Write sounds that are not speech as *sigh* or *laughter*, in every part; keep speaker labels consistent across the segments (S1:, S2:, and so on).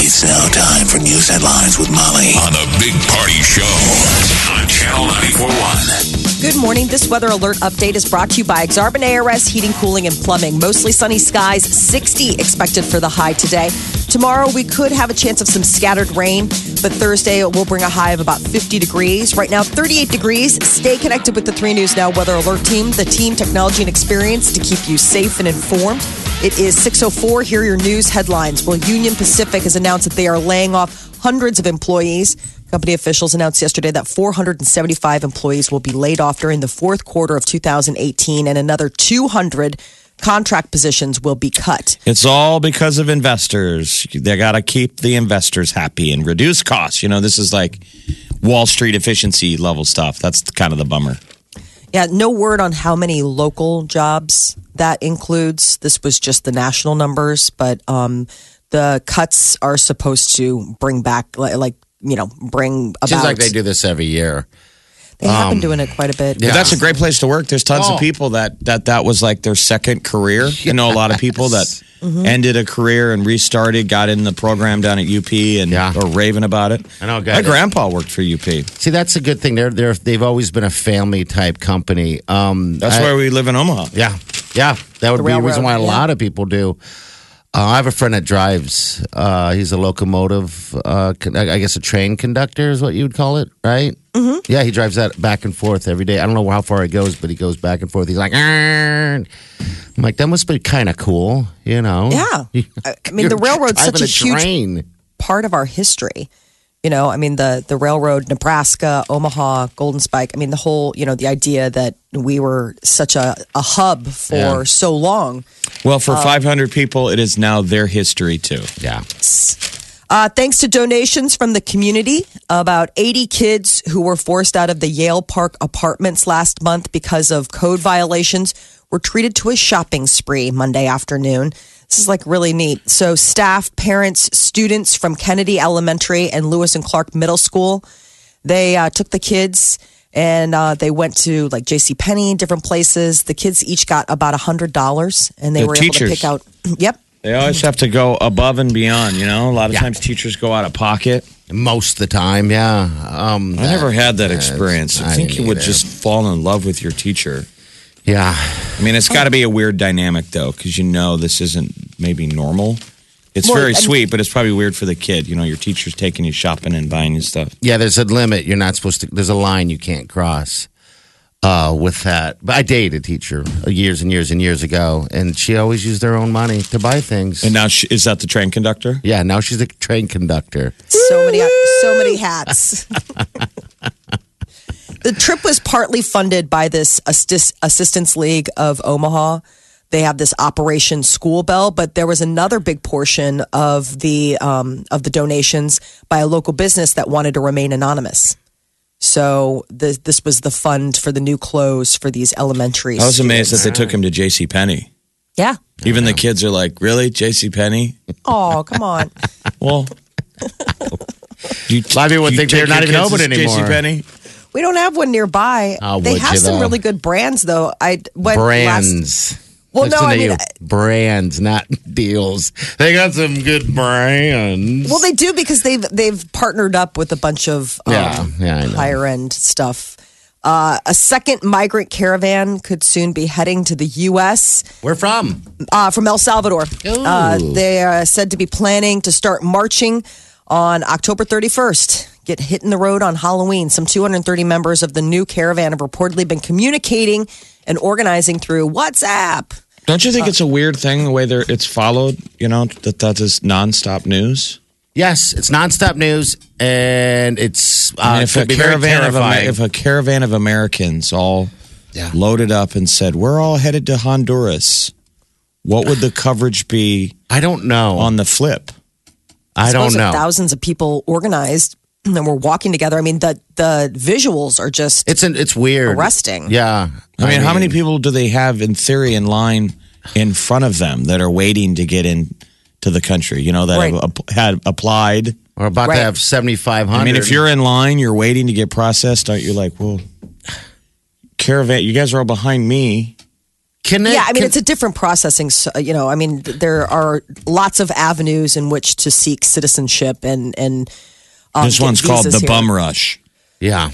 S1: It's now time for news headlines with Molly on the Big Party Show on Channel 941.
S2: Good morning. This weather alert update is brought to you by Exarban ARS Heating, Cooling, and Plumbing. Mostly sunny skies, 60 expected for the high today. Tomorrow, we could have a chance of some scattered rain, but Thursday will bring a high of about 50 degrees. Right now, 38 degrees. Stay connected with the 3 News Now Weather Alert team, the team, technology, and experience to keep you safe and informed. It is 6.04. Here are your news headlines. Well, Union Pacific has announced that they are laying off hundreds of employees. Company officials announced yesterday that 475 employees will be laid off during the fourth quarter of 2018 and another 200 contract positions will be cut.
S3: It's all because of investors. They got to keep the investors happy and reduce costs. You know, this is like Wall Street efficiency level stuff. That's kind of the bummer.
S2: Yeah, no word on how many local jobs that includes. This was just the national numbers, but um, the cuts are supposed to bring back, li- like, you know, bring about.
S4: Seems like they do Um, this every year.
S2: They have been doing it quite a bit.
S3: But that's a great place to work. There's tons
S4: Oh.
S3: of people that that that was like their second career. You know, a lot of people that ended a career and restarted, got in the program down at UP, and
S4: Yeah.
S3: are raving about it.
S4: I know a guy
S3: My
S4: that-
S3: grandpa worked for UP.
S4: See, that's a good thing. They're, they're they've always been a family type company. Um,
S3: That's
S4: I-
S3: where we live in Omaha.
S4: Yeah, yeah, that would
S2: The
S4: be a reason
S2: railroad,
S4: why a
S2: yeah.
S4: lot of people do. Uh, I have a friend that drives. Uh, he's a locomotive. Uh, con- I I guess a train conductor is what you would call it, right? Mm-hmm. Yeah, he drives that back and forth every day. I don't know how far it goes, but he goes back and forth. He's like, "Arr." I'm like, that must be kind of cool, you know?
S2: Yeah.
S4: *laughs*
S2: I I mean, the
S4: You're
S2: railroad's such
S4: driving
S2: a huge
S4: train.
S2: part of our history. You know, I mean the the railroad, Nebraska, Omaha, Golden Spike. I mean the whole, you know, the idea that we were such a, a hub for
S4: Yeah.
S2: so long.
S3: Well, for 500 people, it is now their history too.
S4: Yeah.
S2: Uh, thanks to donations from the community, about 80 kids who were forced out of the Yale Park apartments last month because of code violations were treated to a shopping spree Monday afternoon. This is like really neat. So, staff, parents, students from Kennedy Elementary and Lewis and Clark Middle School, they uh, took the kids and uh, they went to like J.C. Penney, different places. The kids each got about hundred dollars, and they
S3: The
S2: were able to
S3: teachers.
S2: pick out. *clears throat* yep,
S3: They always have to go above and beyond. You know, a lot of
S4: Yeah.
S3: times teachers go out of pocket.
S4: Most of the time, yeah. Um,
S3: I never had that
S4: yeah,
S3: experience. I,
S4: I
S3: think
S4: didn't
S3: you would
S4: either.
S3: just fall in love with your teacher.
S4: Yeah.
S3: I mean,
S4: Oh.
S3: it's got to be a weird dynamic though, because you know this isn't maybe normal. It's
S2: Well,
S3: very
S2: and-
S3: sweet, but it's probably weird for the kid. You know, your teacher's taking you shopping and buying you stuff.
S4: Yeah, there's a limit. You're not supposed to, there's a line you can't cross uh, with that. But I dated a teacher years and years and years ago, and she always used their own money to buy things.
S3: And now, sh is that the train conductor?
S4: yeah, now she's a train conductor.
S2: so many so many hats. *laughs* the trip was partly funded by this Assist- Assistance League of Omaha. They have this Operation School Bell, but there was another big portion of the um, of the donations by a local business that wanted to remain anonymous. So this this was the fund for the new clothes for these elementary.
S3: I was amazed that
S2: students.
S3: they took him to J.C. Penney.
S2: Yeah.
S3: Even the kids are like, "Really, J.C. Penney?
S2: Oh come on.
S3: Well,
S4: *laughs*
S3: you t-
S4: A lot of people would think they're not even open anymore.
S3: JCPenney?
S2: We don't have one nearby.
S4: Oh,
S2: they
S4: would
S2: have
S4: you,
S2: some
S4: though?
S2: really good brands, though. I what Last,
S4: brands.
S2: Well,
S4: Listen
S2: no, I
S4: to
S2: mean,
S4: you.
S2: I-
S4: brands, not *laughs* deals. They got some good brands.
S2: well, they do because they've they've partnered up with a bunch of um,
S4: Yeah, yeah, I know.
S2: higher end stuff. Uh, a second migrant caravan could soon be heading to the U.S.
S4: Where from?
S2: uh, from El Salvador.
S4: Ooh.
S2: Uh, they are said to be planning to start marching on October 31st. Get hit in the road on Halloween. Some 230 members of the new caravan have reportedly been communicating and organizing through WhatsApp.
S3: Don't you think
S4: Uh,
S3: it's a weird thing the way they're it's followed? You know that that is nonstop news.
S4: Yes, it's nonstop news, and it's uh,
S3: I mean, if
S4: could
S3: a
S4: be very
S3: caravan of Amer-
S4: terrifying.
S3: if a caravan of Americans all
S4: Yeah.
S3: loaded up and said we're all headed to Honduras, what would the coverage be
S4: I don't know.
S3: on the flip?
S4: I don't
S2: suppose if
S4: know.
S2: Thousands of people organized and were walking together. I mean, the the visuals are just
S4: It's an, it's weird.
S2: Arresting.
S4: Yeah.
S3: I mean, how many people do they have in theory in line in front of them that are waiting to get in to the country? You know that
S2: Right.
S3: have, app- had applied.
S4: are about
S2: Right.
S4: to have seventy five hundred?
S3: I mean, if you're in line, you're waiting to get processed. Aren't you like, well, caravan? You guys are all behind me.
S4: can they,
S2: yeah. I mean,
S4: can-
S2: it's a different processing. so- You know, I mean, th- there are lots of avenues in which to seek citizenship and and. um,
S3: this
S2: get
S3: one's called
S2: visas
S3: the
S2: here.
S3: bum rush.
S4: yeah.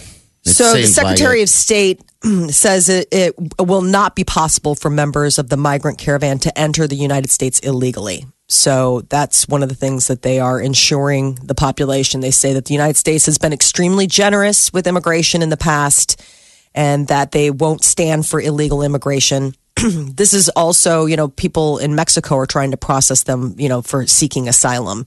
S4: It
S2: So the
S4: seems like
S2: Secretary
S4: it.
S2: of State *clears throat* says it, it will not be possible for members of the migrant caravan to enter the United States illegally. So that's one of the things that they are ensuring the population. They say that the United States has been extremely generous with immigration in the past and that they won't stand for illegal immigration. *clears throat* this is also, you know, people in Mexico are trying to process them, you know, for seeking asylum.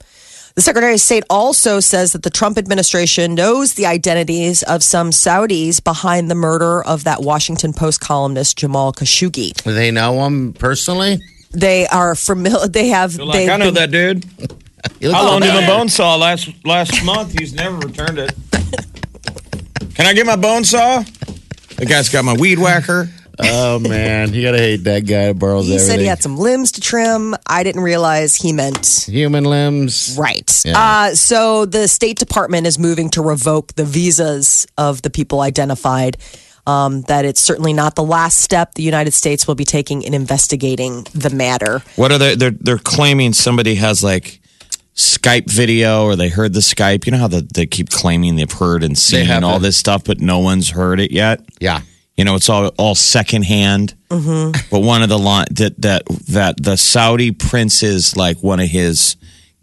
S2: The Secretary of State also says that the Trump administration knows the identities of some Saudis behind the murder of that Washington Post columnist Jamal Khashoggi.
S4: Do they know him personally?
S2: They are familiar. They have. they've been-
S3: that dude.
S4: He looks-
S3: bone saw last last month. He's never returned it. Can I get my bone saw? The guy's got my weed whacker.
S4: Oh man, you gotta hate that guy. who Borrows
S2: He
S4: everything.
S2: said he had some limbs to trim. I didn't realize he meant
S4: human limbs.
S2: Right. Uh, so the State Department is moving to revoke the visas of the people identified. Um, that it's certainly not the last step the United States will be taking in investigating the matter.
S3: What are they? They're they're claiming somebody has like Skype video, or they heard the Skype. You know how the, they keep claiming they've heard and
S4: They
S3: seen
S4: have
S3: and all
S4: it.
S3: this stuff, but no one's heard it yet.
S4: Yeah.
S3: You know, it's all all secondhand. Mm-hmm. But one of the line that that that the Saudi prince is like one of his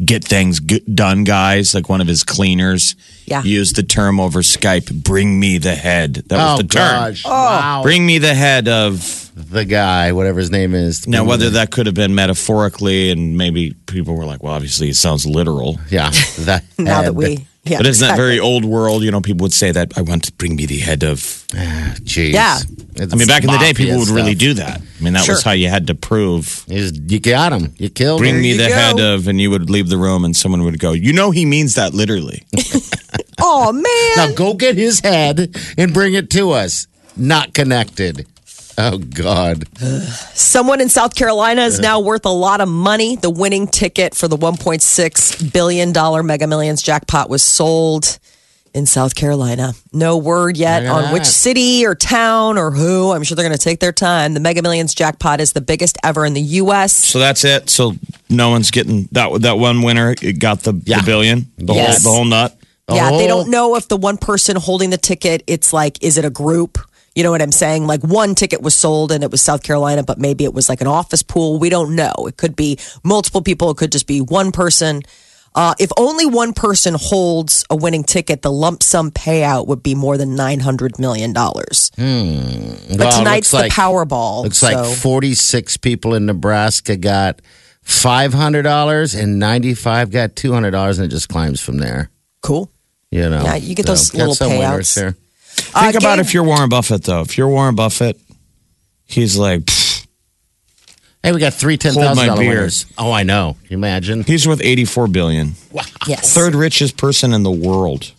S3: get things g done guys, like one of his cleaners.
S2: Yeah.
S3: used the term over Skype. Bring me the head. That was
S4: oh
S3: the term.
S4: gosh. Wow.
S3: Bring me the head of
S4: the guy, whatever his name is.
S3: now. Whether that could have been metaphorically, and maybe people were like, "Well, obviously, it sounds literal."
S4: Yeah. That
S2: *laughs* Now that
S4: head.
S2: we, yeah,
S3: but isn't
S2: *laughs*
S3: that very old world? You know, people would say that. I want to bring me the head of.
S4: Jeez.
S2: Yeah.
S3: I mean, back in the day, people would really
S4: do.
S3: do that. I mean, that
S2: Sure.
S3: was how you had to prove.
S4: You, just- you got him. You killed
S3: Bring
S4: him.
S3: me the
S2: go.
S3: head of, and you would leave the room, and someone would go, "You know, he means that literally."
S2: *laughs* oh man,
S4: Now go get his head and bring it to us. Not connected. Oh God.
S2: someone in South Carolina is now worth a lot of money. The winning ticket for the 1.6 billion dollar Mega Millions jackpot was sold in South Carolina. No word yet
S4: Look at
S2: on
S4: that.
S2: which city or town or who. I'm sure they're going to take their time. The Mega Millions jackpot is the biggest ever in the U.S.
S3: so that's it. So no one's getting that. That one winner it got the,
S4: Yeah.
S3: the billion, the,
S2: Yes.
S3: whole, the whole nut.
S2: Yeah, they
S4: Oh.
S2: don't know if the one person holding the ticket, it's like, is it a group? You know what I'm saying? Like one ticket was sold and it was South Carolina, but maybe it was like an office pool. We don't know. It could be multiple people, it could just be one person. Uh, if only one person holds a winning ticket, the lump sum payout would be more than $900 million. But
S4: Mm. Wow,
S2: tonight's
S4: looks
S2: the
S4: like-
S2: Powerball.
S4: Looks like
S2: so-
S4: 46 people in Nebraska got $500 and 95 got $200 and it just climbs from there.
S2: cool.
S4: You know.
S2: Yeah, you get those
S4: got
S2: little
S4: some winners
S2: payouts.
S4: there.
S3: Think
S2: Uh,
S3: about
S2: Gabe-
S3: if you're Warren Buffett, though. If you're Warren Buffett, he's like, "Pfft."
S4: Hey, we got three ten
S3: Hold
S4: thousand
S3: my
S4: dollar
S3: beer.
S4: winners. Oh, I know. Can you imagine?
S3: he's worth 84 billion,
S2: Yes.
S3: third richest person in the world.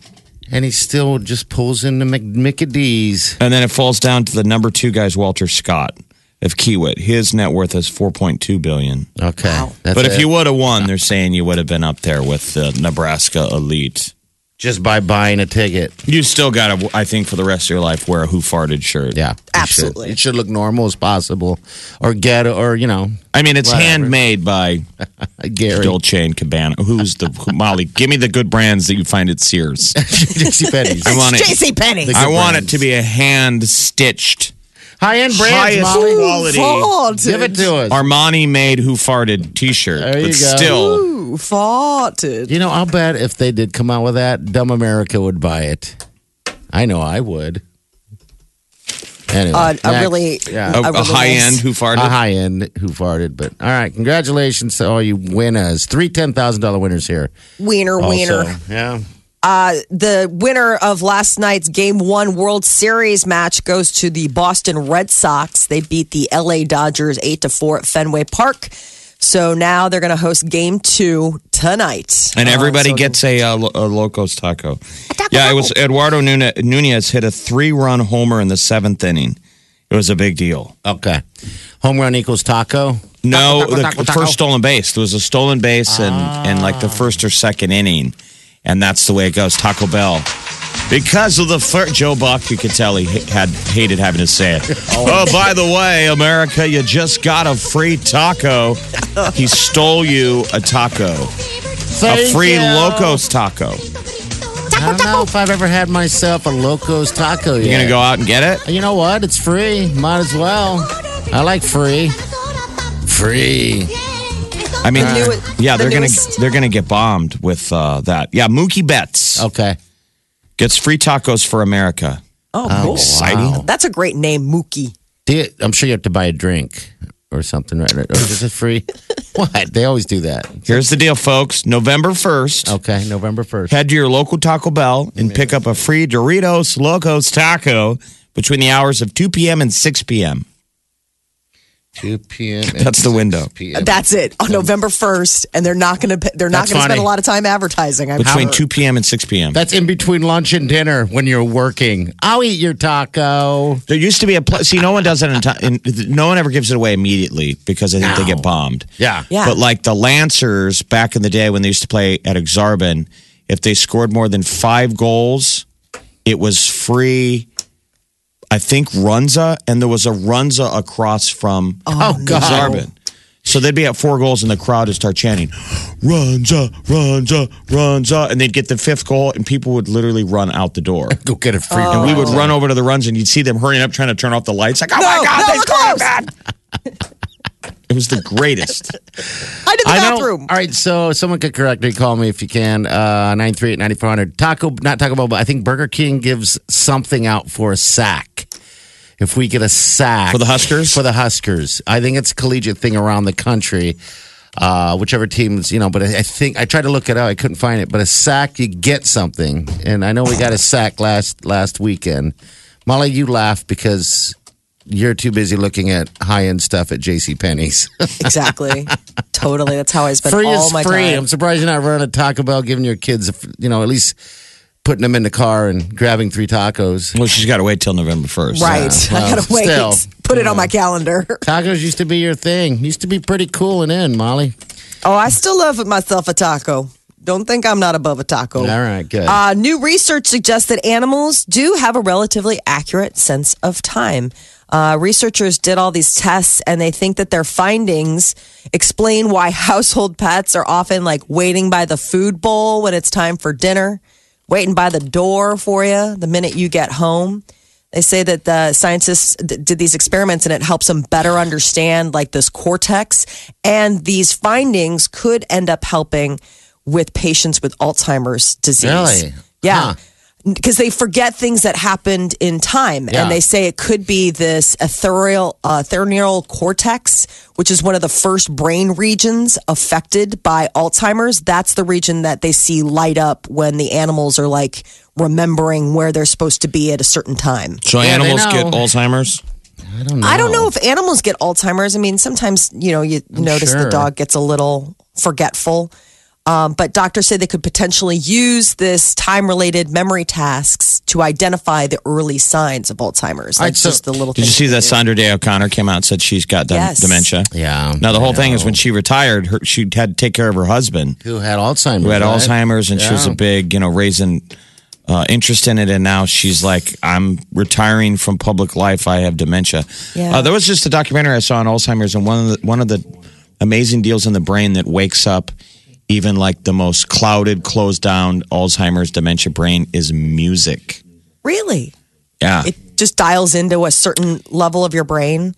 S4: And he still just pulls into Mc- Mickey D's.
S3: And then it falls down to the number two guy's Walter Scott of Kiewit. His net worth is 4.2 billion.
S4: Okay, that's
S3: but if
S4: it.
S3: you would have won, they're saying you would have been up there with the Nebraska elite.
S4: just by buying a ticket,
S3: You still got to, I think, for the rest of your life, wear a who farted shirt.
S4: yeah, you should.
S2: Absolutely.
S4: it should look normal as possible, or get, or you know,
S3: I mean, it's
S4: Whatever.
S3: handmade by
S4: Gary. *laughs*
S3: Dolce and Cabana. Who's the who, Molly? Give me the good brands that you find at
S4: *laughs*
S3: Sears.
S4: Dixie Petty's.
S3: I want it.
S2: JC Penny.
S3: I want
S4: brands.
S3: it to be a hand stitched
S4: High end brands,
S3: Highest
S4: Molly.
S3: quality.
S4: Give it to us.
S3: Armani made who farted t shirt.
S4: There
S3: But
S4: you go.
S3: still,
S2: farted.
S4: you know, I'll bet if they did come out with that, dumb America would buy it. I know I would. Anyway,
S2: Uh, a
S4: next.
S2: really,
S4: Yeah.
S3: a,
S2: a really
S3: high end
S2: nice-
S3: who farted.
S4: a high end who farted. But all right, congratulations to all you winners. Three ten thousand dollar winners here.
S2: wiener wiener.
S4: Also. Yeah.
S2: the winner of last night's Game One World Series match goes to the Boston Red Sox. They beat the LA Dodgers eight to four at Fenway Park. So now they're going to host game two tonight.
S3: And
S2: Uh,
S4: Uh-huh.
S3: everybody
S2: so-
S3: gets a, uh, lo- a Locos taco. yeah, it was Eduardo Nune- Nunez hit a three run homer in the seventh inning. It was a big deal.
S4: Okay. Home run equals taco.
S3: No,
S4: Taco, taco,
S3: the
S4: taco, taco.
S3: first stolen base. There was a stolen base and and like the first or second inning, and that's the way it goes. Taco Bell. Because of the first, Joe Buck, you could tell he ha- had hated having to say it. Oh, by the way, America, you just got a free taco. He stole you a taco, a free Locos taco.
S4: I don't know if I've ever had myself a Locos taco yet. Uh,
S3: You're gonna go out and get it.
S4: You know what? It's free. Might as well. I like free. Free.
S3: I mean,
S2: The new-
S3: yeah,
S2: the
S3: they're gonna
S2: newest-
S3: they're gonna get bombed with uh, that. Yeah, Mookie Betts
S4: Okay.
S3: gets free tacos for America.
S2: Oh, cool.
S3: Exciting.
S2: That's a great name, Mookie.
S4: Do you- I'm sure you have to buy a drink or something, right? Or is
S3: *laughs*
S4: it free? what? They always do that.
S3: Here's the deal, folks. November 1st,
S4: Okay, November 1st.
S3: head to your local Taco Bell and pick up a free Doritos Locos taco between the hours of 2 p.m. and 6 p.m.
S4: 2 p.m.
S3: *laughs* That's the window.
S4: p.m.
S2: That's it on November first, and they're not going to they're not
S4: That's
S2: going to spend
S4: funny.
S2: a lot of time advertising. I'm
S3: Between
S2: sure.
S3: 2 p.m. and 6 p.m.
S4: That's in between lunch and dinner when you're working. I'll eat your taco.
S3: There used to be a place. See, no one does it in time. In, no one ever gives it away immediately because I think they get bombed.
S4: Yeah.
S2: Yeah.
S3: But like the Lancers back in the day when they used to play at Exarban, if they scored more than five goals, it was free. I think Runza, and there was a Runza across from
S4: Oh, God.
S3: Exarban. So they'd be at four goals, and the crowd would start chanting, "Runza, Runza, Runza," and they'd get the fifth goal, and people would literally run out the door.
S4: Go get a free
S3: And we would run over to the runs, and you'd see them hurrying up, trying to turn off the lights. Like, oh
S2: No,
S3: my god,
S2: *laughs* no,
S3: they
S2: we're
S3: scored
S2: close."
S3: bad. It was the greatest.
S2: I did the
S4: I know.
S2: bathroom.
S4: All right, so someone could correct me. Call me if you can. Uh, 938-9400. Taco, not Taco Bell, but I think Burger King gives something out for a sack. If we get a sack.
S3: For the Huskers?
S4: For the Huskers. I think it's a collegiate thing around the country. Uh, whichever teams, you know, but I, I think I tried to look it up. I couldn't find it. But a sack, you get something. And I know we got a sack last last weekend. Molly, you laugh because you're too busy looking at high end stuff at J.C. Penney's.
S3: *laughs*
S2: Exactly, totally. That's how I spend
S4: free
S2: all
S4: is
S2: my
S4: free.
S2: time.
S4: I'm surprised you're not running a Taco Bell, giving your kids, a f- you know, at least putting them in the car and grabbing three tacos.
S3: Well, she's got to wait till November first.
S2: Right, *laughs*
S4: Yeah,
S2: I gotta
S4: well,
S2: wait.
S4: still.
S2: Put it on my calendar.
S4: Tacos used to be your thing. Used to be pretty cool and in, Molly.
S2: Oh, I still love myself a taco. Don't think I'm not above a taco.
S3: Oh.
S4: All right, good.
S2: Uh, new research suggests that animals do have a relatively accurate sense of time. Uh, researchers did all these tests, and they think that their findings explain why *laughs* household pets are often like waiting by the food bowl when it's time for dinner, waiting by the door for you the minute you get home. They say that the scientists d- did these experiments and it helps them better understand like this cortex. And these findings could end up helping with patients with Alzheimer's disease.
S4: Really? Huh.
S2: Yeah. Because they forget things that happened in time,
S4: Yeah.
S2: and they say it could be this ethereal, uh, ethereal cortex, which is one of the first brain regions affected by Alzheimer's. That's the region that they see light up when the animals are like remembering where they're supposed to be at a certain time.
S3: So
S4: Yeah, they
S3: animals get
S4: know.
S3: Alzheimer's.
S4: I don't know.
S2: I don't know if animals get Alzheimer's. I mean, sometimes you know you notice
S4: sure.
S2: the dog gets a little forgetful, um, but doctors say they could potentially use this time-related memory tasks to identify the early signs of Alzheimer's.
S4: All right,
S2: Like
S4: so-
S2: just the little.
S3: Did you
S2: things
S3: see
S2: they
S3: that
S2: do.
S3: Sandra Day O'Connor came out and said she's got dem-
S2: Yes.
S3: dementia?
S4: Yeah.
S3: Now the whole
S4: I
S3: thing is
S4: know.
S3: when she retired, her, she had to take care of her husband
S4: who had Alzheimer's.
S3: who had
S4: right?
S3: Alzheimer's, and she was
S4: Yeah.
S3: a big, you know, raising uh, interest in it. And now she's like, I'm retiring from public life. I have dementia.
S2: Yeah.
S3: Uh, there was just a documentary I saw on Alzheimer's, and one of the, one of the amazing deals in the brain that wakes up even like the most clouded, closed down Alzheimer's dementia brain is music.
S2: Really,
S3: Yeah.
S2: it just dials into a certain level of your brain.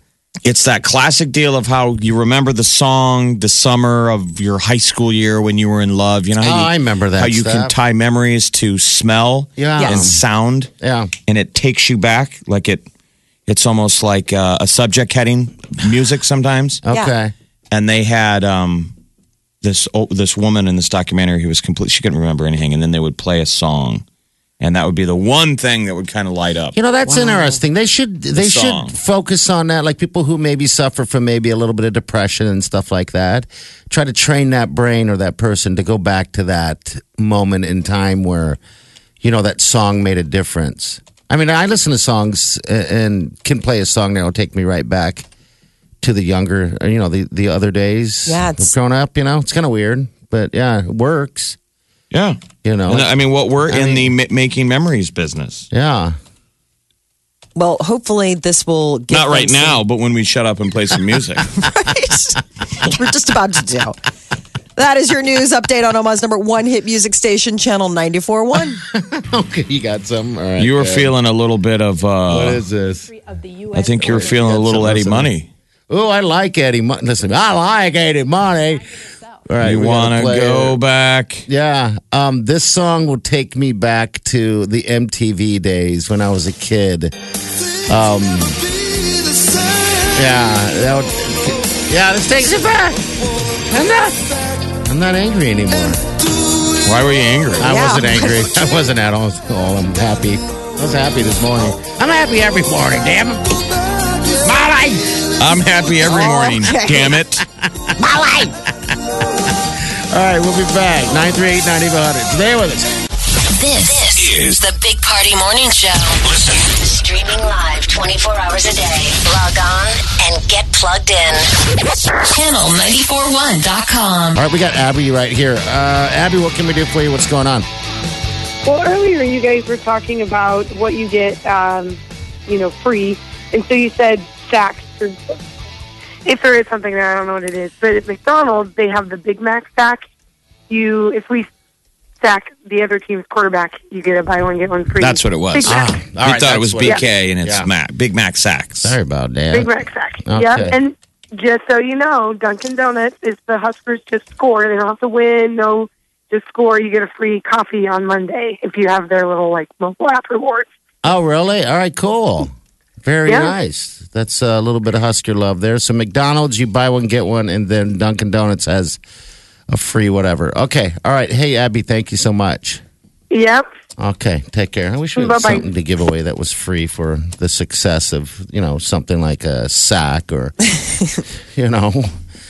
S3: it's that classic deal of how you remember the song the summer of your high school year when you were in love. You know, how
S4: Oh,
S3: you,
S4: I remember that
S3: How you can
S4: stuff.
S3: tie memories to smell,
S4: Yeah.
S3: and
S4: Yes.
S3: sound,
S4: Yeah.
S3: and it takes you back. Like it, it's almost like uh, a subject heading music sometimes.
S4: Okay.
S3: And they had um, this oh, this woman in this documentary who was complete. She couldn't remember anything, and then they would play a song And that would be the one thing that would kind of light up.
S4: You know that's interesting. They should they
S3: song.
S4: should focus on that. Like people who maybe suffer from maybe a little bit of depression and stuff like that. Try to train that brain or that person to go back to that moment in time where, you know, that song made a difference. I mean, I listen to songs a- and can play a song that'll take me right back to the younger, uh, you know, the the other days.
S2: Yeah,
S4: of
S2: it's-
S4: growing up. You know, it's kind of weird, but yeah, it works.
S3: Yeah.
S4: You know,
S3: And I mean, what we're in the ma- making memories business.
S4: yeah. *laughs*
S2: Well, hopefully this will get
S3: Not right
S2: them *laughs* some-
S3: now, but when we shut up and play some *laughs* music.
S2: Right. We're just about to do. That is your news update on Omaha's number one hit music station, Channel 94.1.
S4: Okay, you got some. All right,
S3: you were
S4: good.
S3: feeling a little bit of,
S4: What
S3: uh,
S4: is this?
S5: of the U.S.
S3: I think you're
S5: origin.
S3: feeling a little
S4: That's
S3: Eddie
S4: something.
S3: Money.
S4: Oh, I like Eddie Money. Listen, I like Eddie Money. All right,
S3: You
S4: we gotta
S3: want to
S4: play
S3: go
S4: it.
S3: back?
S4: Yeah, um, this song will take me back to the MTV days when I was a kid. Um, yeah, that would, yeah, this takes me back. I'm not, I'm not angry anymore.
S3: Why were you angry?
S4: I
S2: Yeah.
S4: wasn't angry. *laughs* I wasn't at all. Oh, I'm happy. I was happy this morning. I'm happy every morning. Damn it, my life.
S3: I'm happy every morning. Damn it.
S4: All right, we'll be back. 938 9500. Stay with us.
S6: This, is the Big Party Morning Show.
S1: Listen.
S6: Streaming live 24 hours a day. Log on and get plugged in. Channel941.com.
S4: All right, we got Abby right here. Uh, Abby, what can we do for you? What's going on?
S7: Well, earlier you guys were talking about what you get, um, you know, free, and so you said sacks. Or if there is something there, I don't know what it is, but at McDonald's they have the Big Mac sack. You, if we sack the other team's quarterback, you get a buy one get one free.
S3: That's what it was. Ah,
S4: Ah,
S7: Big Mac,
S3: We thought it was BK and it's
S4: Yeah.
S3: Mac, Big Mac Sacks.
S4: Sorry about that.
S7: Big Mac sack.
S4: Okay.
S7: Yep, and just so you know, Dunkin' Donuts is the Huskers just score. They don't have to win. No, just score. You get a free coffee on Monday if you have their little like mobile app rewards.
S4: Oh, really? All right, cool. Very
S7: Yeah.
S4: nice. That's a little bit of Husker love there. So McDonald's, you buy one, get one, and then Dunkin' Donuts has a free whatever. Okay. All right. Hey, Abby, thank you so much.
S7: Yep.
S4: Okay. Take care. I wish we had
S7: Bye-bye.
S4: something to give away that was free for the success of, you know, something like a
S3: *laughs*
S4: sack or, you know,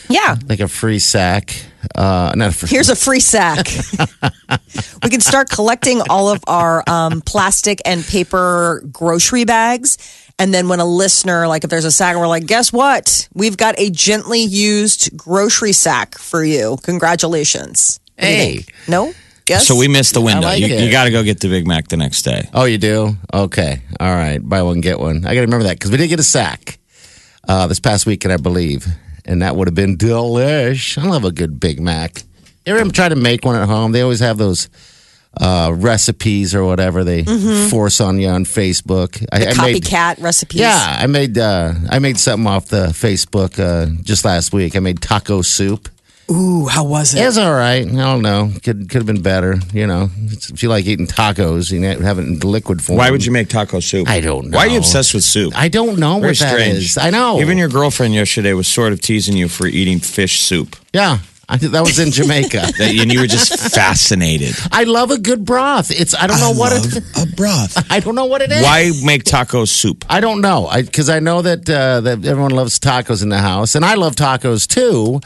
S2: yeah.
S4: like a free sack. Uh, not a free
S2: Here's a free sack. *laughs* we can start collecting all of our um, plastic and paper grocery bags. And then when a listener, like if there's a sack, we're like, guess what? We've got a gently used grocery sack for you. Congratulations. What do you
S4: Hey.
S2: think? No? Guess?
S3: So we missed the window.
S4: like
S3: you
S4: it.
S3: you got to go get the Big Mac the next day.
S4: Oh, you do? Okay. All right. Buy one, get one. I got to remember that because we did get a sack uh, this past weekend, I believe. And that would have been delish. I love a good Big Mac. You ever try to make one at home? They always have those uh, recipes or whatever they force on you on Facebook. I, I made-
S2: Copycat recipes. *laughs*
S4: yeah, I made uh, I made something off the Facebook uh, just last week. I made taco soup.
S2: Ooh, how was it?
S4: It's all right. I don't know. Could could have been better. You know, It's- if you like eating tacos, you know, have it in liquid form.
S3: Why would you make taco soup?
S4: I don't know.
S3: Why are you obsessed with soup?
S4: I don't know
S3: Very
S4: what that
S3: strange.
S4: is. I know.
S3: Even your girlfriend yesterday was sort of teasing you for eating fish soup,
S4: yeah, I, that was
S3: *laughs*
S4: in Jamaica.
S3: That- and you were
S4: *laughs*
S3: just fascinated.
S4: I love a good broth. It's I don't know what it.
S3: a broth.
S4: *laughs* I don't know what it is.
S3: Why make taco soup?
S4: I don't know. I because I know that uh, that everyone loves tacos in the house, and I love tacos too.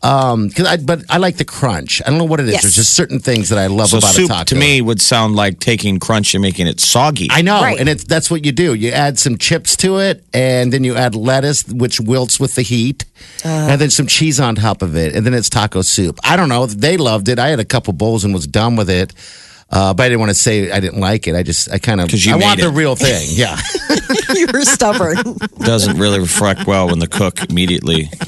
S4: Um, 'cause I, but I like the crunch. I don't know what it is.
S2: Yes.
S4: There's just certain things that I love
S3: So
S4: about a
S3: soup
S4: taco.
S3: to me would sound like taking crunch and making it soggy.
S4: I know,
S2: Right.
S4: and it's that's what you do. You add some chips to it, and then you add lettuce, which wilts with the heat,
S2: Uh.
S4: and then some cheese on top of it, and then it's taco soup. I don't know. They loved it. I had a couple bowls and was done with it, uh, but I didn't want to say I didn't like it. I just I kind of
S3: 'Cause you
S4: I
S3: made
S4: want the
S3: it.
S4: real thing.
S2: *laughs*
S4: Yeah,
S2: you were stubborn.
S3: doesn't really reflect well when the cook immediately.
S2: *laughs*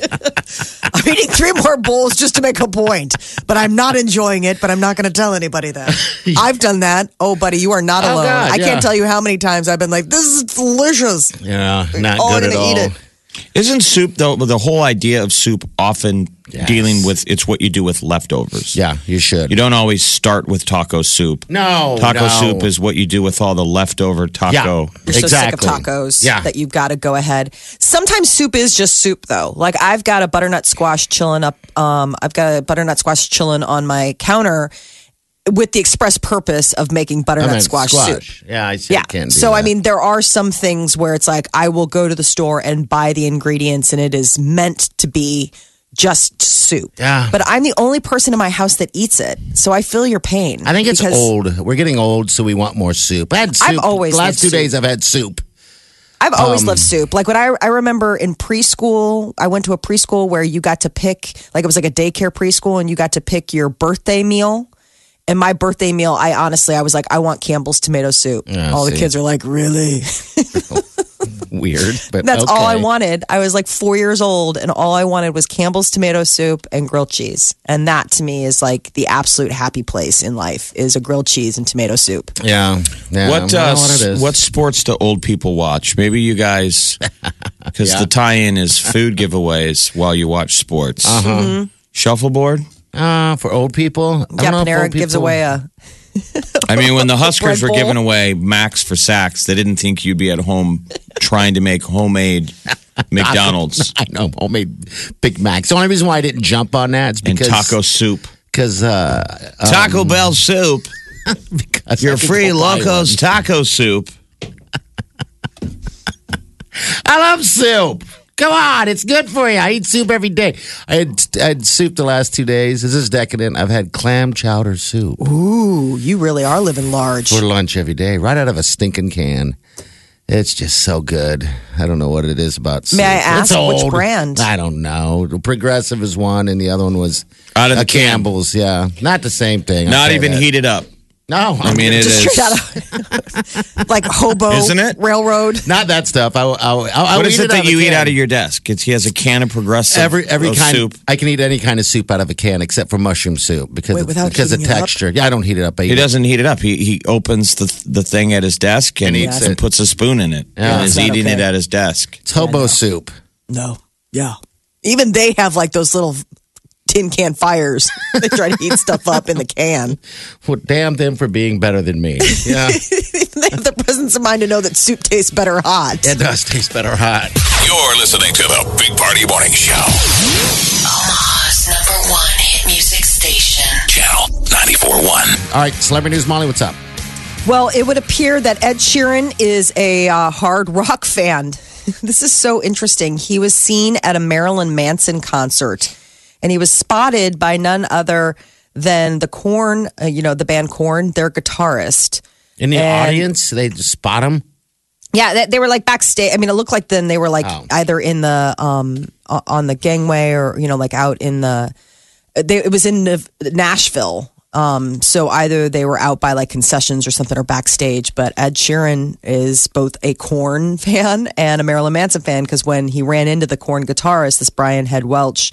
S2: I'm eating three more bowls just to make a point, but I'm not enjoying it, but I'm not going to tell anybody
S4: *laughs*
S2: that. I've done that. Oh, buddy, you are not
S4: Oh,
S2: alone.
S4: God,
S2: I
S4: yeah.
S2: can't tell you how many times I've been like, this is delicious.
S4: yeah, not
S2: Oh, I'm
S4: good at
S2: gonna
S4: all.
S2: eat it.
S3: Isn't soup though the whole idea of soup often
S4: Yes.
S3: dealing with it's what you do with leftovers?
S4: Yeah, you should.
S3: You don't always start with taco soup.
S4: no,
S3: Taco
S4: no.
S3: soup is what you do with all the leftover taco.
S4: yeah,
S2: You're
S4: exactly.
S2: so sick of tacos
S4: Yeah,
S2: that you've got to go ahead. Sometimes soup is just soup, though. Like I've got a butternut squash chilling up. Um, I've got a butternut squash chilling on my counter with the express purpose of making butternut
S4: meant
S2: squash, soup.
S4: Yeah, I see.
S2: Yeah.
S4: Can't do
S2: so I
S4: that.
S2: mean, there are some things where it's like I will go to the store and buy the ingredients, and it is meant to be just soup.
S4: Yeah.
S2: But I'm the only person in my house that eats it, so I feel your pain.
S4: I think it's
S2: because
S4: old. We're getting old, so we want more soup. I had soup.
S2: I've always
S4: the last
S2: loved
S4: two
S2: soup.
S4: days I've had soup. *laughs*
S2: I've
S4: Um,
S2: always loved soup. Like when I I remember in preschool, I went to a preschool where you got to pick like it was like a daycare preschool, and you got to pick your birthday meal. And my birthday meal, I honestly, I was like, I want Campbell's tomato soup.
S4: Yeah,
S2: All the
S4: see.
S2: kids are like, really?
S4: Weird, but
S2: That's all I
S4: okay.
S2: wanted. I was like four years old, and all I wanted was Campbell's tomato soup and grilled cheese. And that to me is like the absolute happy place in life is a grilled cheese and tomato soup.
S4: Yeah. yeah
S3: What,
S4: I
S3: uh,
S4: don't know what it is.
S3: what sports do old people watch? Maybe you
S4: *laughs*
S3: guys, because the tie-in is food giveaways while you watch sports. Uh-huh. Shuffleboard.
S4: uh, for old people? I
S2: yeah,
S4: don't know if
S2: Panera
S4: old
S2: gives
S4: people-
S2: away a.
S3: I mean, when the Huskers
S2: Bread
S3: were
S2: bowl.
S3: giving away Max for sacks, they didn't think you'd be at home trying to make
S4: *laughs*
S3: homemade McDonald's
S4: *laughs* I know homemade Big Macs. The only reason why I didn't jump on that is
S3: and
S4: because
S3: taco soup.
S4: Because uh,
S3: Taco Bell soup.
S4: because I
S3: Your
S4: could
S3: free
S4: go buy one.
S3: locos taco soup.
S4: I love soup. Come on, it's good for you. I eat soup every day. I had, I had soup the last two days. This is decadent. I've had clam chowder soup
S2: Ooh, you really are living large.
S4: for lunch every day, right out of a stinking can. It's just so good. I don't know what it is about soup.
S2: May I ask
S4: It's
S2: which
S4: old.
S2: brand?
S4: I don't know. Progressive is one, and the other one was
S3: Out of
S4: a
S3: the can.
S4: Campbell's. Yeah, not the same thing. I'll
S3: Not
S4: say
S3: even
S4: that.
S3: heated up.
S4: No,
S3: I mean, it
S2: Just
S3: is.
S2: straight out of *laughs* like hobo,
S3: Isn't it?
S2: Railroad.
S4: not that stuff. I, I, I,
S3: What is it that you eat out
S4: your?
S3: of your desk? It's, he has a can of progressive
S4: every every
S3: of
S4: kind
S3: soup.
S4: I can eat any kind of soup out of a can except for mushroom soup because
S2: Wait,
S4: of,
S2: without
S4: because of
S2: heating it up?
S4: texture. Yeah, I don't heat it up. I eat
S3: He
S4: it.
S3: doesn't heat it up. He he opens the the thing at his desk and, and,
S4: And eats it.
S3: puts a spoon in it
S4: Yeah.
S3: and is
S4: That's
S2: not
S3: eating it
S2: okay.
S3: at his desk.
S4: It's hobo soup.
S2: No. Yeah. Even they have like those little tin can fires. they try to heat stuff up in the can. *laughs*
S4: Well, damn them for being better than me. Yeah,
S2: they have the presence of mind to know that soup tastes better hot.
S4: it does taste better hot.
S1: You're listening to the Big Party Morning Show.
S6: Omaha's number one hit music station.
S1: Channel 94.1.
S4: All right, celebrity news, Molly. What's up?
S2: Well, it would appear that Ed Sheeran is a uh, hard rock fan. *laughs* this is so interesting. He was seen at a Marilyn Manson concert, and he was spotted by none other than the Corn, uh, you know, the band Corn, their guitarist.
S4: In the
S2: And-
S4: audience, they just spot him.
S2: Yeah, they, they were like backstage. I mean, it looked like then they were like
S4: Oh.
S2: either in the um o- on the gangway or you know like out in the. They, it was in Nav- Nashville, um, so either they were out by like concessions or something or backstage. But Ed Sheeran is both a Corn *laughs* fan and a Marilyn Manson fan because when he ran into the Corn guitarist, this Brian Head Welch,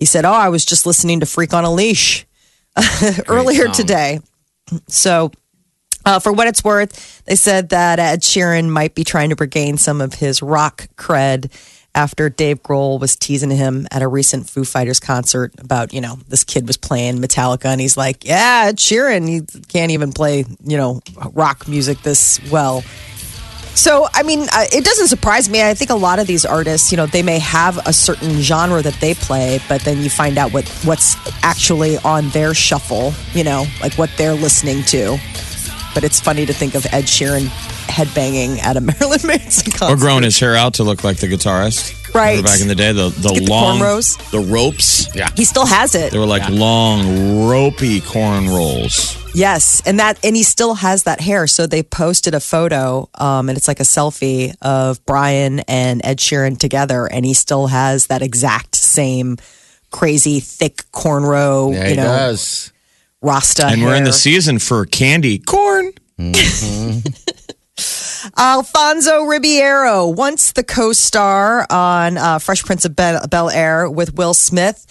S2: he said, "Oh, I was just listening to Freak on a Leash *laughs* earlier today," so. Uh, for what it's worth, they said that uh, Ed Sheeran might be trying to regain some of his rock cred after Dave Grohl was teasing him at a recent Foo Fighters concert about, you know, this kid was playing Metallica and he's like, yeah, Ed Sheeran, he can't even play, you know, rock music this well. So, I mean, uh, it doesn't surprise me. I think a lot of these artists, you know, they may have a certain genre that they play, but then you find out what what's actually on their shuffle, you know, like what they're listening to. But it's funny to think of Ed Sheeran headbanging at a *laughs* Marilyn Manson concert.
S3: Or growing his hair out to look like the guitarist.
S2: Right.
S3: Remember back in the day, the, the
S2: Get the
S3: long
S2: cornrows.
S3: the ropes.
S4: Yeah.
S2: He still has it.
S3: They were like long, ropey corn rolls.
S2: Yes, and that and he still has that hair. So they posted a photo, um, and it's like a selfie of Brian and Ed Sheeran together, and he still has that exact same crazy thick cornrow,
S4: Yeah,
S2: you
S4: he
S2: know,
S4: does.
S2: Rasta.
S3: And we're in the
S2: hair.
S3: season for candy corn.
S2: Alfonso Ribeiro, once the co-star on uh, Fresh Prince of Bel-, Bel Air with Will Smith,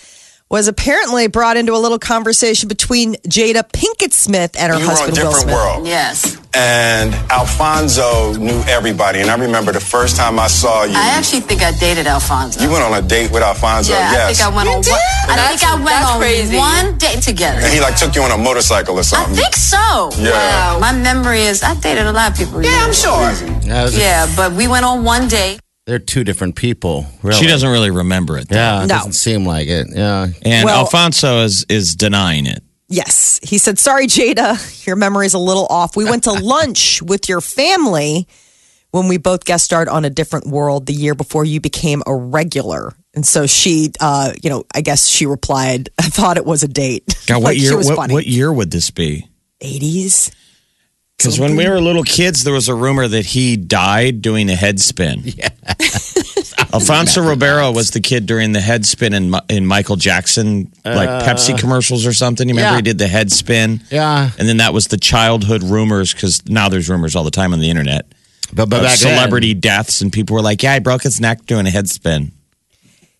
S2: was apparently brought into a little conversation between Jada Pinkett Smith and her
S5: You were a
S2: husband Will
S5: different
S2: Smith.
S5: world.
S8: Yes.
S5: And Alfonso knew everybody. And I remember the first time I saw you,
S8: I actually think I dated Alfonso.
S5: you went on a date with Alfonso.
S8: yeah, I
S5: yes.
S8: think I went on one. I think I went on one date
S5: and
S8: together.
S5: he like took you on a motorcycle or
S8: I
S5: something.
S8: think so.
S5: Yeah. Wow.
S8: My memory is I dated a lot of people. Yeah, I'm sure.
S4: Yeah, those are-
S8: Yeah, but we went on one date.
S4: they're two different people. Really,
S3: She doesn't really remember it. though.
S4: Yeah, it
S2: No.
S4: doesn't seem like it. Yeah,
S3: And
S2: Well-
S3: Alfonso is is denying it.
S2: Yes. He said, Sorry, Jada, your memory's a little off. We
S3: *laughs*
S2: went to lunch with your family when we both guest starred on A Different World the year before you became a regular. And so she, uh, you know, I guess she replied, *laughs* I thought it was a date.
S3: God, what
S2: *laughs* Like, She
S3: year?
S2: was
S3: What,
S2: funny.
S3: what year would this be?
S2: 80s?
S3: Because when we were little kids, there was a rumor that he died doing a
S2: *laughs*
S3: head spin. Yeah. *laughs* Alfonso Ribeiro was the kid during the head spin in, Mi- in Michael Jackson, like
S2: Uh,
S3: Pepsi commercials or something. You remember
S4: yeah.
S3: he did the head spin?
S4: Yeah.
S3: And then that was the childhood rumors because now there's rumors all the time on the internet
S4: But,
S2: Oh,
S4: but
S3: of
S4: back then-
S3: celebrity deaths, and people were like, "Yeah, he broke his neck doing a head spin."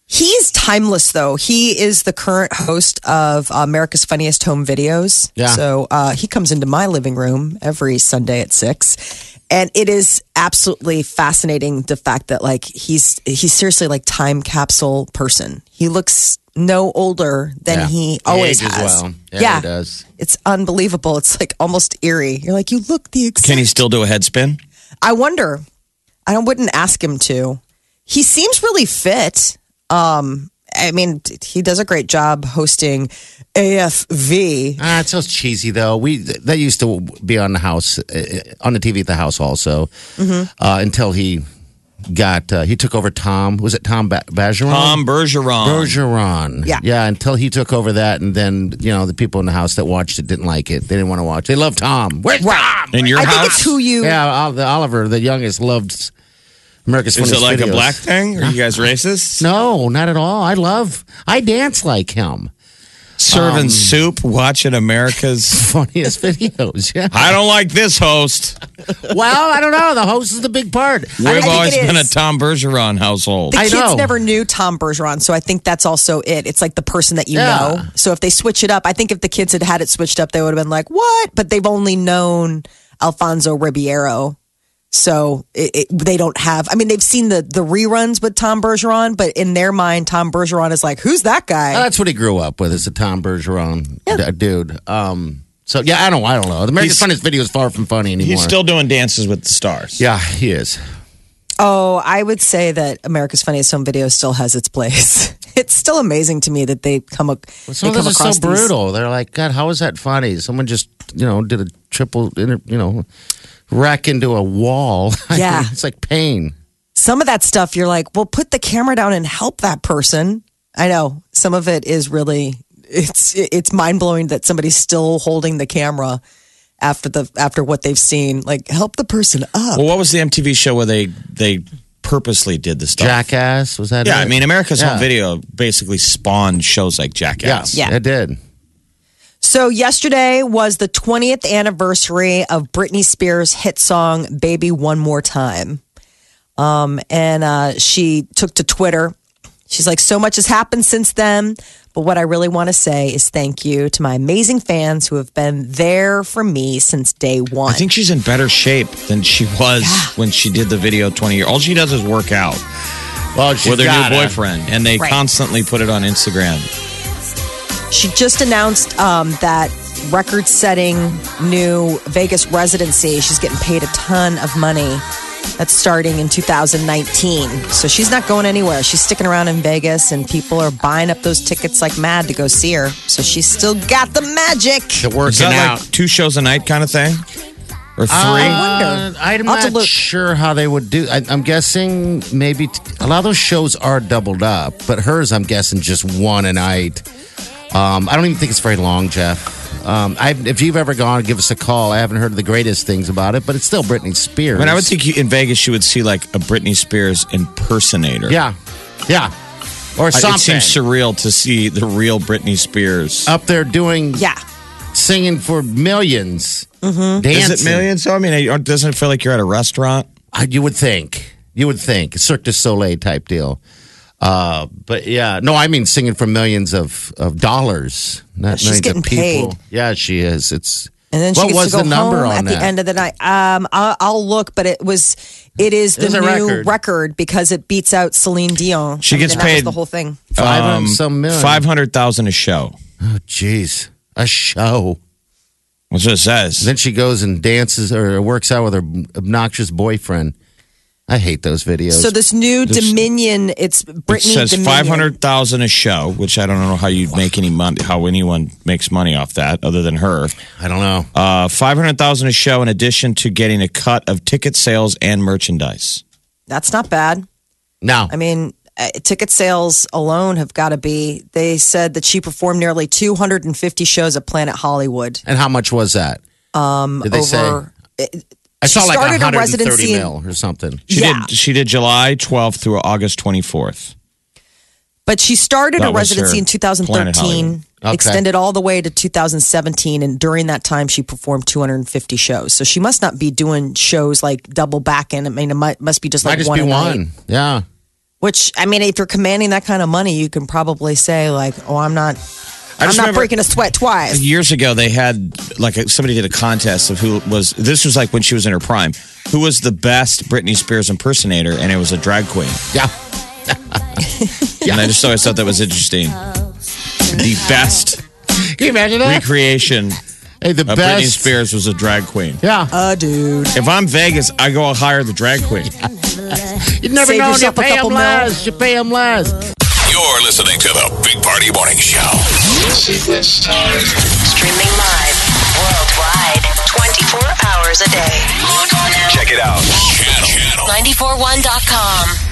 S2: He's timeless, though. He is the current host of America's Funniest Home Videos.
S4: Yeah.
S2: So uh, he comes into my living room every Sunday at six, and it is absolutely fascinating the fact that like he's he's seriously like time capsule person. He looks no older than
S4: Yeah.
S2: he
S4: He
S2: always
S4: ages
S2: has.
S4: well. Yeah, he does.
S2: It's unbelievable. It's like almost eerie. You're like, you look the exact.
S3: Can he still do a head spin?
S2: I wonder. I don't- wouldn't ask him to. He seems really fit. Um, I mean, t- he does a great job hosting AFV.
S4: Ah, it sounds cheesy though. We that used to be on the house, uh, on the TV at the house also, uh, until he got uh, he took over Tom. Was it Tom ba- Bergeron?
S3: Tom Bergeron.
S4: Bergeron.
S2: Yeah.
S4: yeah. Until he took over that, and then you know the people in the house that watched it didn't like it. They didn't want to watch. They love Tom. Where's Tom?
S3: In your
S2: I think it's
S3: house?
S2: who you.
S4: Yeah, Ol- the Oliver, the youngest, loved America's
S3: Is it
S4: Funniest
S3: like a
S4: Videos.
S3: black thing? Are you guys racist?
S4: No, not at all. I love. I dance like him. *laughs*
S3: Serving soup, watching America's.
S4: Funniest videos. Yeah.
S3: I don't like this host.
S4: Well, I don't know. The host is the big part.
S3: We've
S2: think
S3: always
S2: it
S3: been a
S2: is.
S3: Tom Bergeron household.
S2: The
S4: I
S2: kids
S4: know.
S2: never knew Tom Bergeron, so I think that's also it. It's like the person that you
S4: Yeah.
S2: know. So if they switch it up, I think if the kids had had it switched up, they would have been like, "What?" But they've only known Alfonso Ribeiro, so it, it, they don't have. I mean, they've seen the the reruns with Tom Bergeron, but in their mind, Tom Bergeron is like, "Who's that guy?"
S4: Well, Uh, that's what he grew up with. Is a Tom Bergeron d- dude. Um, so yeah, I don't. I don't know. The America's
S3: He's-
S4: Funniest Video is far from funny anymore.
S3: He's still doing dances with the stars.
S4: Yeah, he is.
S2: Oh, I would say that America's Funniest Home Video still has its place. *laughs* It's still amazing to me that they come, ac-
S4: Some
S2: they come
S4: of those are so
S2: across these-
S4: brutal. They're like, God, how is that funny? Someone just you know did a triple, inter- you know, rack into a wall. *laughs* I
S2: Yeah.
S4: mean, it's like pain.
S2: Some of that stuff, you're like, well, put the camera down and help that person. I know some of it is really it's it's mind blowing that somebody's still holding the camera after the after what they've seen. Like, help the person up.
S3: Well, what was the MTV show where they they purposely did the stuff?
S4: Jackass was that?
S3: Yeah,
S4: it?
S3: I mean, America's
S4: Yeah.
S3: Home Video basically spawned shows like
S4: Yeah,
S3: Jackass.
S4: yeah, it did.
S2: So yesterday was the 20th anniversary of Britney Spears' hit song "Baby One More Time," um, and uh, she took to Twitter. She's like, "So much has happened since then, but what I really want to say is thank you to my amazing fans who have been there for me since day one."
S3: I think she's in better shape than she was when she did the video 20 years. All she does is work out
S4: Well, she's
S3: with her new
S4: gotta.
S3: boyfriend, and they
S2: Right.
S3: constantly put it on Instagram.
S2: She just announced um, that record setting new Vegas residency. She's getting paid a ton of money. That's starting in 2019. So she's not going anywhere. She's sticking around in Vegas, and people are buying up those tickets like mad to go see her. So she's still got the magic.
S4: They're working
S3: Is that
S4: out.
S3: like two shows a night kind of thing? Or three?
S4: Uh, I'm
S2: I'll have to
S4: not
S2: look.
S4: sure how they would do. I, I'm guessing maybe t- a lot of those shows are doubled up, but hers, I'm guessing, just one a night. Um, I don't even think it's very long, Jeff. Um, I, if you've ever gone, give us a call. I haven't heard the greatest things about it, but it's still Britney Spears.
S3: I mean, I would think you, in Vegas you would see like a Britney Spears impersonator.
S4: yeah, yeah, or
S3: I- Uh, It
S4: something
S3: seems surreal to see the real Britney Spears.
S4: up there doing,
S2: Yeah.
S4: singing for 1000000s mm-hmm. dancing.
S3: Is it millions? So, I mean, it doesn't it feel like you're at a restaurant?
S4: I, you would think. You would think. Cirque du Soleil type deal. Uh, but yeah, no, I mean singing for millions of, of dollars, not
S2: She's
S4: millions of
S2: getting
S4: people.
S2: paid.
S4: Yeah, she is. It's
S2: And then she
S4: what
S2: gets
S4: was
S2: to go
S4: the number
S2: home
S4: on
S2: at
S4: that?
S2: the end of the night. Um, I'll, I'll look, but it was it is the
S4: It's a
S2: new
S4: record.
S2: because it beats out Celine Dion.
S3: She gets
S2: and that was
S3: paid-
S2: the whole thing.
S4: Five hundred and some million.
S3: Um, Five hundred thousand a show.
S4: Oh, jeez, a show.
S3: That's what it says.
S4: Then she goes and dances or works out with her obnoxious boyfriend. I hate those videos.
S2: So this new
S3: There's-
S2: Dominion, it's
S3: It
S2: Brittany
S3: says
S2: Dominion.
S3: five hundred thousand a show, which I don't know how you'd make any money. How anyone makes money off that, other than her.
S4: I don't know.
S3: Uh, five hundred thousand a show, in addition to getting a cut of ticket sales and merchandise.
S2: That's not bad.
S4: No,
S2: I mean, uh, ticket sales alone have got to be. They said that she performed nearly 250 shows at Planet Hollywood.
S4: and how much was that? Um, Did they
S2: over-
S4: say? I saw
S2: she
S4: like
S2: started her
S4: 130
S2: residency in-
S4: mil or something.
S3: She
S2: Yeah.
S3: did. She did July twelfth through August twenty fourth.
S2: But she started
S3: That
S2: her
S3: was
S2: residency
S3: her
S2: in
S3: Planet
S2: 2013,
S3: Hollywood.
S4: Okay.
S2: extended all the way to 2017, and during that time she performed 250 shows. So she must not be doing shows like double back in. I mean, it might, must be just
S4: Might
S2: like
S4: just
S2: one
S4: be
S2: a night.
S4: one. Yeah.
S2: Which I mean, if you're commanding that kind of money, you can probably say like, "Oh, I'm not, I'm
S3: just
S2: not
S3: remember-
S2: breaking a sweat twice."
S3: Years ago, they had like somebody did a contest of who was. This was like when she was in her prime. Who was the best Britney Spears impersonator? And it was a drag queen.
S4: Yeah.
S3: And I just always thought that was interesting. The best
S4: Can you imagine that?
S3: recreation
S4: hey, the
S3: of Britney
S4: best.
S3: Spears was a drag queen.
S4: Yeah.
S2: Uh, dude,
S3: If I'm Vegas, I go hire the drag
S4: *laughs*
S3: queen.
S4: you never
S2: save
S4: know. You
S2: yourself a
S4: pay
S2: couple
S4: them
S2: mil.
S4: less. You pay them less.
S1: You're listening to the Big Party Morning Show.
S6: Streaming live worldwide 24 hours a day.
S5: Check it out.
S1: Channel, channel
S6: 941.com.